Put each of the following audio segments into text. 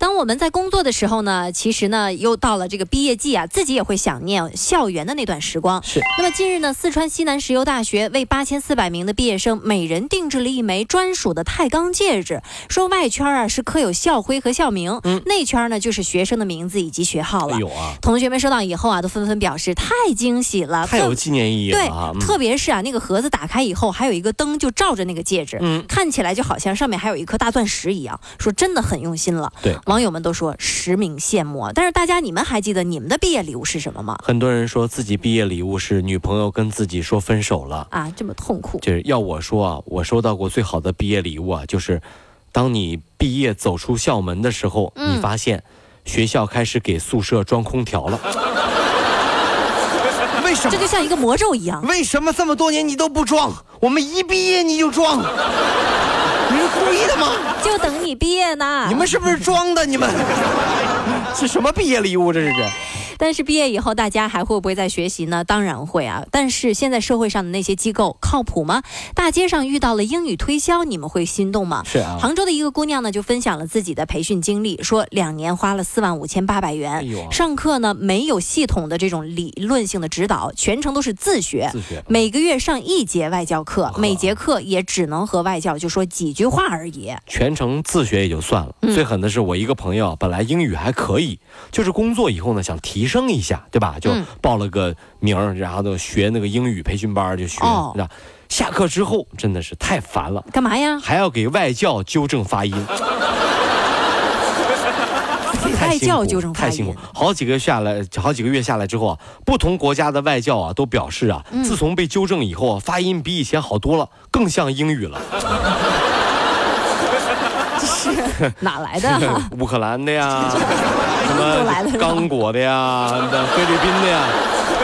当我们在工作的时候呢，其实呢，又到了这个毕业季啊，自己也会想念校园的那段时光。是那么近日呢，四川西南石油大学为八千四百名的毕业生每人定制了一枚专属的钛钢戒指，说外圈啊是刻有校徽和校名，内圈呢就是学生的名字以及学号嗯了。哎呦啊，同学们收到以后啊，都纷纷表示太惊喜了，太特有纪念意义了对，啊！嗯特别是啊，那个盒子打开以后，还有一个灯就照着那个戒指，嗯看起来就好像上面还有一颗大钻石一样。说真的很用心了，对网友们都说实名羡慕啊。但是大家，你们还记得你们的毕业礼物是什么吗？很多人说自己毕业礼物是女朋友跟自己说分手了，啊，这么痛苦，就是要我说啊，我收到过最好的毕业礼物啊，就是当你毕业走出校门的时候，嗯你发现学校开始给宿舍装空调 了。为什这么？就像一个魔咒一样。为什么这么多年你都不装？我们一毕业你就 装，你是故意的吗？就等你毕业呢。你们是不是装的？你 们是什么毕业礼物？这是但是毕业以后，大家还会不会再学习呢？当然会啊。但是现在社会上的那些机构靠谱吗？大街上遇到了英语推销，你们会心动吗？是啊杭州的一个姑娘呢，就分享了自己的培训经历，说两年花了四万五千八百元，哎呦啊上课呢没有系统的这种理论性的指导，全程都是自学。自学每个月上一节外教课，呵每节课也只能和外教就说几句话而已。全程自学也就算了，嗯最狠的是我一个朋友啊，本来英语还可以，就是工作以后呢想提升一下，对吧？就嗯报了个名儿，然后就学那个英语培训班儿就学，哦那、下课之后真的是太烦了，干嘛呀？还要给外教纠正发音，给太外辛教苦纠正发太辛音苦。。好几个下来，好几个月下来之后啊，不同国家的外教啊都表示啊，嗯自从被纠正以后啊，发音比以前好多了，更像英语了。哪来 的、啊？乌克兰的 呀，什都来了么是吧刚果的呀，菲律宾的呀，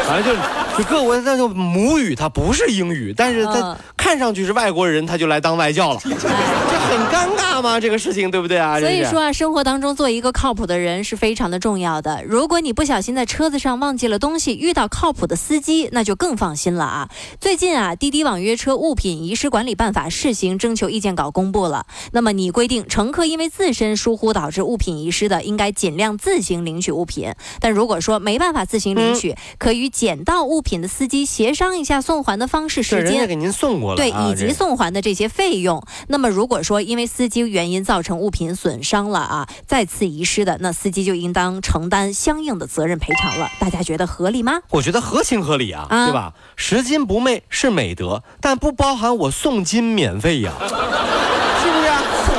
反正就是就各国那就母语它不是英语，但是它嗯哎看上去是外国人，他就来当外教了，这很尴尬吗？这个事情对不对啊？所以这是说啊，生活当中做一个靠谱的人是非常的重要的。如果你不小心在车子上忘记了东西，遇到靠谱的司机，那就更放心了啊。最近啊，《滴滴网约车物品遗失管理办法》试行征求意见稿公布了。那么拟规定，乘客因为自身疏忽导致物品遗失的，应该尽量自行领取物品。但如果说没办法自行领取，嗯可与捡到物品的司机协商一下送还的方这式、时人家间。给您送过来、对，啊，以及这送还的这些费用。那么，如果说因为司机原因造成物品损伤了啊，再次遗失的，那司机就应当承担相应的责任赔偿了。大家觉得合理吗？我觉得合情合理啊，啊对吧？拾金不昧是美德，但不包含我送金免费呀、是不是？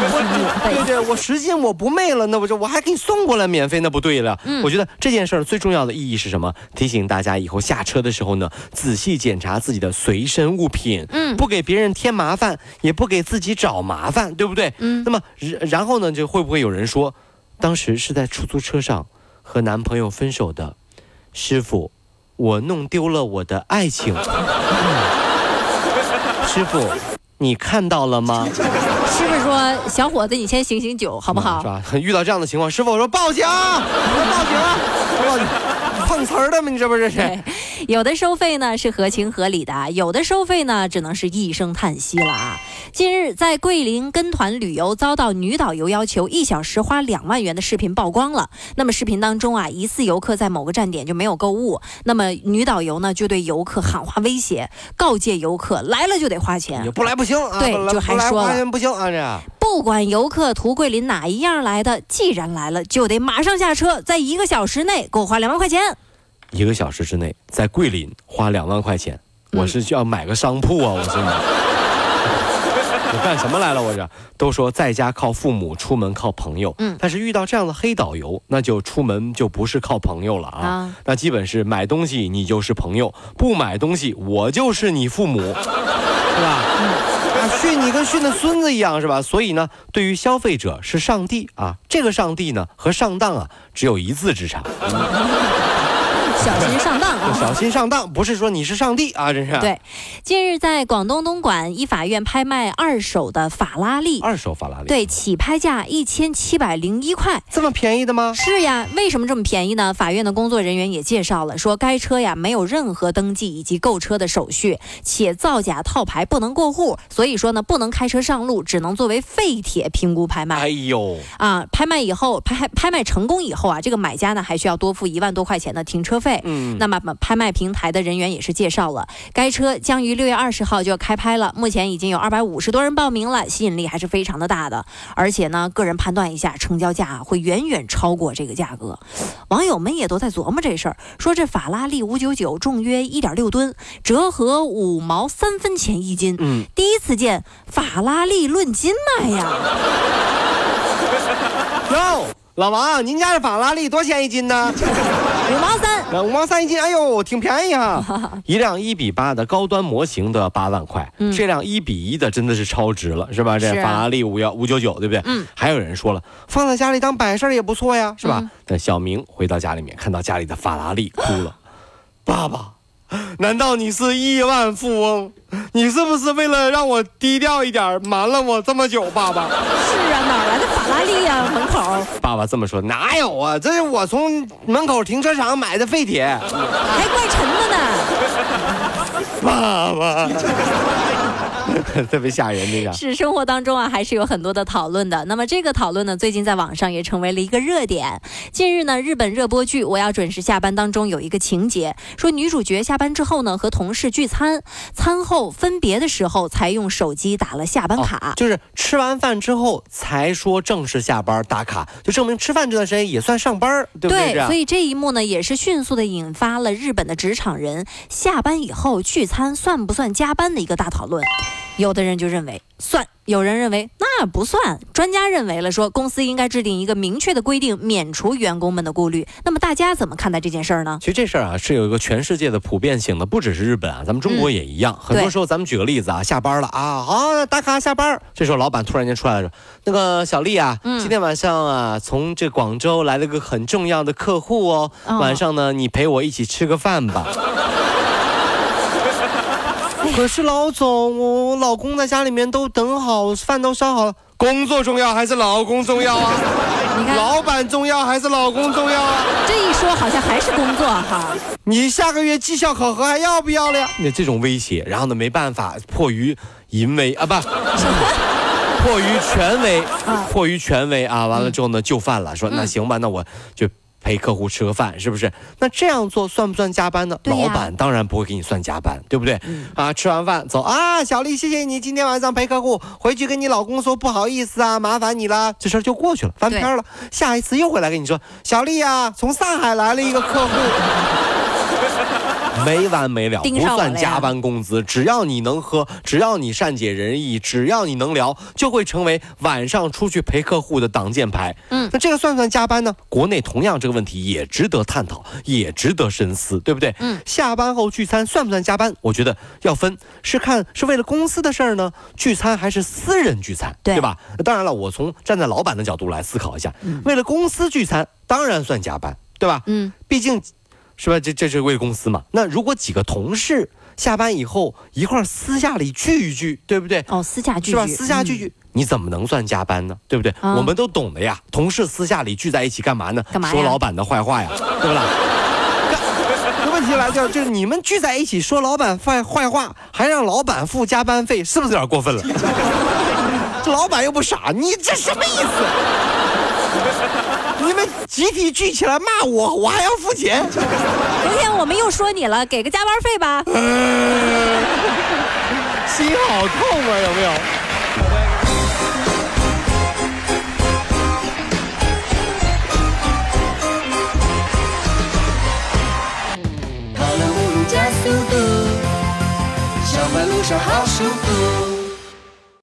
我对对，我十斤我不昧了，那我就我我还给你送过来免费，那不对了。嗯我觉得这件事儿最重要的意义是什么？提醒大家以后下车的时候呢，仔细检查自己的随身物品，嗯不给别人添麻烦，也不给自己找麻烦，对不对？嗯那么然然后呢，就会不会有人说，当时是在出租车上和男朋友分手的，师傅，我弄丢了我的爱情。嗯师傅，你看到了吗？是不是说小伙子，你先醒醒酒，好不好是？吧？遇到这样的情况，师傅我说报警，我说报警，我报警，碰瓷儿的吗？你这不是？对，有的收费呢是合情合理的啊，有的收费呢只能是一声叹息了啊。近日，在桂林跟团旅游遭到女导游要求一小时花两万元的视频曝光了。那么视频当中啊，疑似游客在某个站点就没有购物，那么女导游呢就对游客喊话威胁，告诫游客来了就得花你钱，不来不行啊！对不来就还不来说了花钱不行啊！这不管游客图桂林哪一样来的，既然来了就得马上下车，在一个小时内给我花两万块钱。一个小时之内在桂林花两万块钱，嗯我是需要买个商铺啊！我是。我干什么来了？我这都说在家靠父母，出门靠朋友。嗯但是遇到这样的黑导游，那就出门就不是靠朋友了啊！啊那基本是买东西你就是朋友，不买东西我就是你父母，是吧？嗯啊，训你跟训的孙子一样是吧？所以呢，对于消费者是上帝啊，这个上帝呢和上当啊只有一字之差。小心上当啊！小心上当，不是说你是上帝啊，真是。，对，近日在广东东莞一法院拍卖二手的法拉利，二手法拉利，，对，起拍价一千七百零一块。这么便宜的吗？是呀，为什么这么便宜呢？法院的工作人员也介绍了，说该车呀没有任何登记以及购车的手续，且造假套牌不能过户，所以说呢不能开车上路，只能作为废铁评估拍卖。哎呦，啊，拍卖以后，拍拍卖成功以后啊，这个买家呢还需要多付一万多块钱的停车费。嗯，那么拍卖平台的人员也是介绍了，该车将于六月二十号就要开拍了，目前已经有二百五十多人报名了，吸引力还是非常的大的。而且呢，个人判断一下，成交价啊会远远超过这个价格。网友们也都在琢磨这事儿，说这法拉利五九九重约一点六吨，折合五毛三分钱一斤，嗯，第一次见法拉利论斤卖呀，哟，老王，您家这法拉利多少钱一斤呢？五毛三。呃五毛三一斤，哎呦，挺便宜哈、啊 一辆一比八的高端模型的八万块，嗯这辆一比一的真的是超值了，是吧？这是啊法拉利五幺五九九，对不对？嗯。还有人说了，放在家里当摆设也不错呀，是吧？但小明回到家里面，看到家里的法拉利，哭了。 爸爸，难道你是亿万富翁？你是不是为了让我低调一点，瞒了我这么久？爸爸， 是啊，哪儿来的法拉利呀、门口爸爸这么说，哪哪有啊？这是我从门口停车场买的废铁。还怪沉的呢。爸爸？ 特别吓人，这个。是生活当中啊，还是有很多的讨论的。那么这个讨论呢，最近在网上也成为了一个热点。近日呢，日本热播剧《我要准时下班》当中有一个情节，说女主角下班之后呢，和同事聚餐，餐后分别的时候才用手机打了下班卡。哦就是吃完饭之后才说正式下班打卡，就证明吃饭这段时间也算上班儿，对不对？这样所以这一幕呢，也是迅速的引发了日本的职场人下班以后聚餐算不算加班的一个大讨论。有的人就认为算，有人认为那不算。专家认为了说，公司应该制定一个明确的规定，免除员工们的顾虑。那么大家怎么看待这件事儿呢？其实这事儿啊是有一个全世界的普遍性的，不只是日本啊，咱们中国也一样。很多嗯对时候，咱们举个例子啊，下班了啊，好打卡下班儿。这时候老板突然间出来了，那个小丽啊，嗯今天晚上啊从这广州来了个很重要的客户哦，哦晚上呢你陪我一起吃个饭 吧。可是老总，我老公在家里面都等好，饭都烧好了。工作重要还是老公重要啊？你看老板重要还是老公重要啊？这一说，好像还是工 作哈。你下个月绩效考核还要不要了呀？那这种威胁，然后呢，没办法，迫于淫威 啊，不，迫于权威，迫于权威啊，完了之后呢，就范嗯了，说那行吧，那我就陪客户吃个饭，是不是？那这样做算不算加班呢？对呀老板当然不会给你算加班，对不对？嗯啊，吃完饭走啊，小丽，谢谢你今天晚上陪客户，回去跟你老公说不好意思啊，麻烦你了，这事儿就过去了，翻篇了。下一次又回来跟你说，小丽啊，从上海来了一个客户。 没完没了，盯不上我了呀算加班工资，只要你能喝，只要你善解人意，只要你能聊，就会成为晚上出去陪客户的挡箭牌。嗯那这个算不算加班呢？国内同样这个问题也值得探讨，也值得深思，对不对？嗯，下班后聚餐算不算加班？我觉得要分，是看是为了公司的事儿呢，聚餐还是私人聚餐，对吧？当然了，我从站在老板的角度来思考一下，为了公司聚餐当然算加班，对吧？嗯，毕竟是吧？这这是为公司嘛。那如果几个同事下班以后一块儿私下里聚一聚，对不对？哦，私下聚嗯是吧？聚，私下聚聚，你怎么能算加班呢？对不对？啊我们都懂的呀。同事私下里聚在一起干嘛呢？干嘛呀说老板的坏话呀，对不 啦？这问题来了，就是你们聚在一起说老板坏坏话，还让老板付加班费，是不是有点过 分了？这老板又不傻，你这什么意思？ 你们集体聚起来骂我，我还要付钱？昨天嗯我们又说你了，给个加班费吧。心好痛啊，有没有？跑了五路加速度，上班路上好舒服。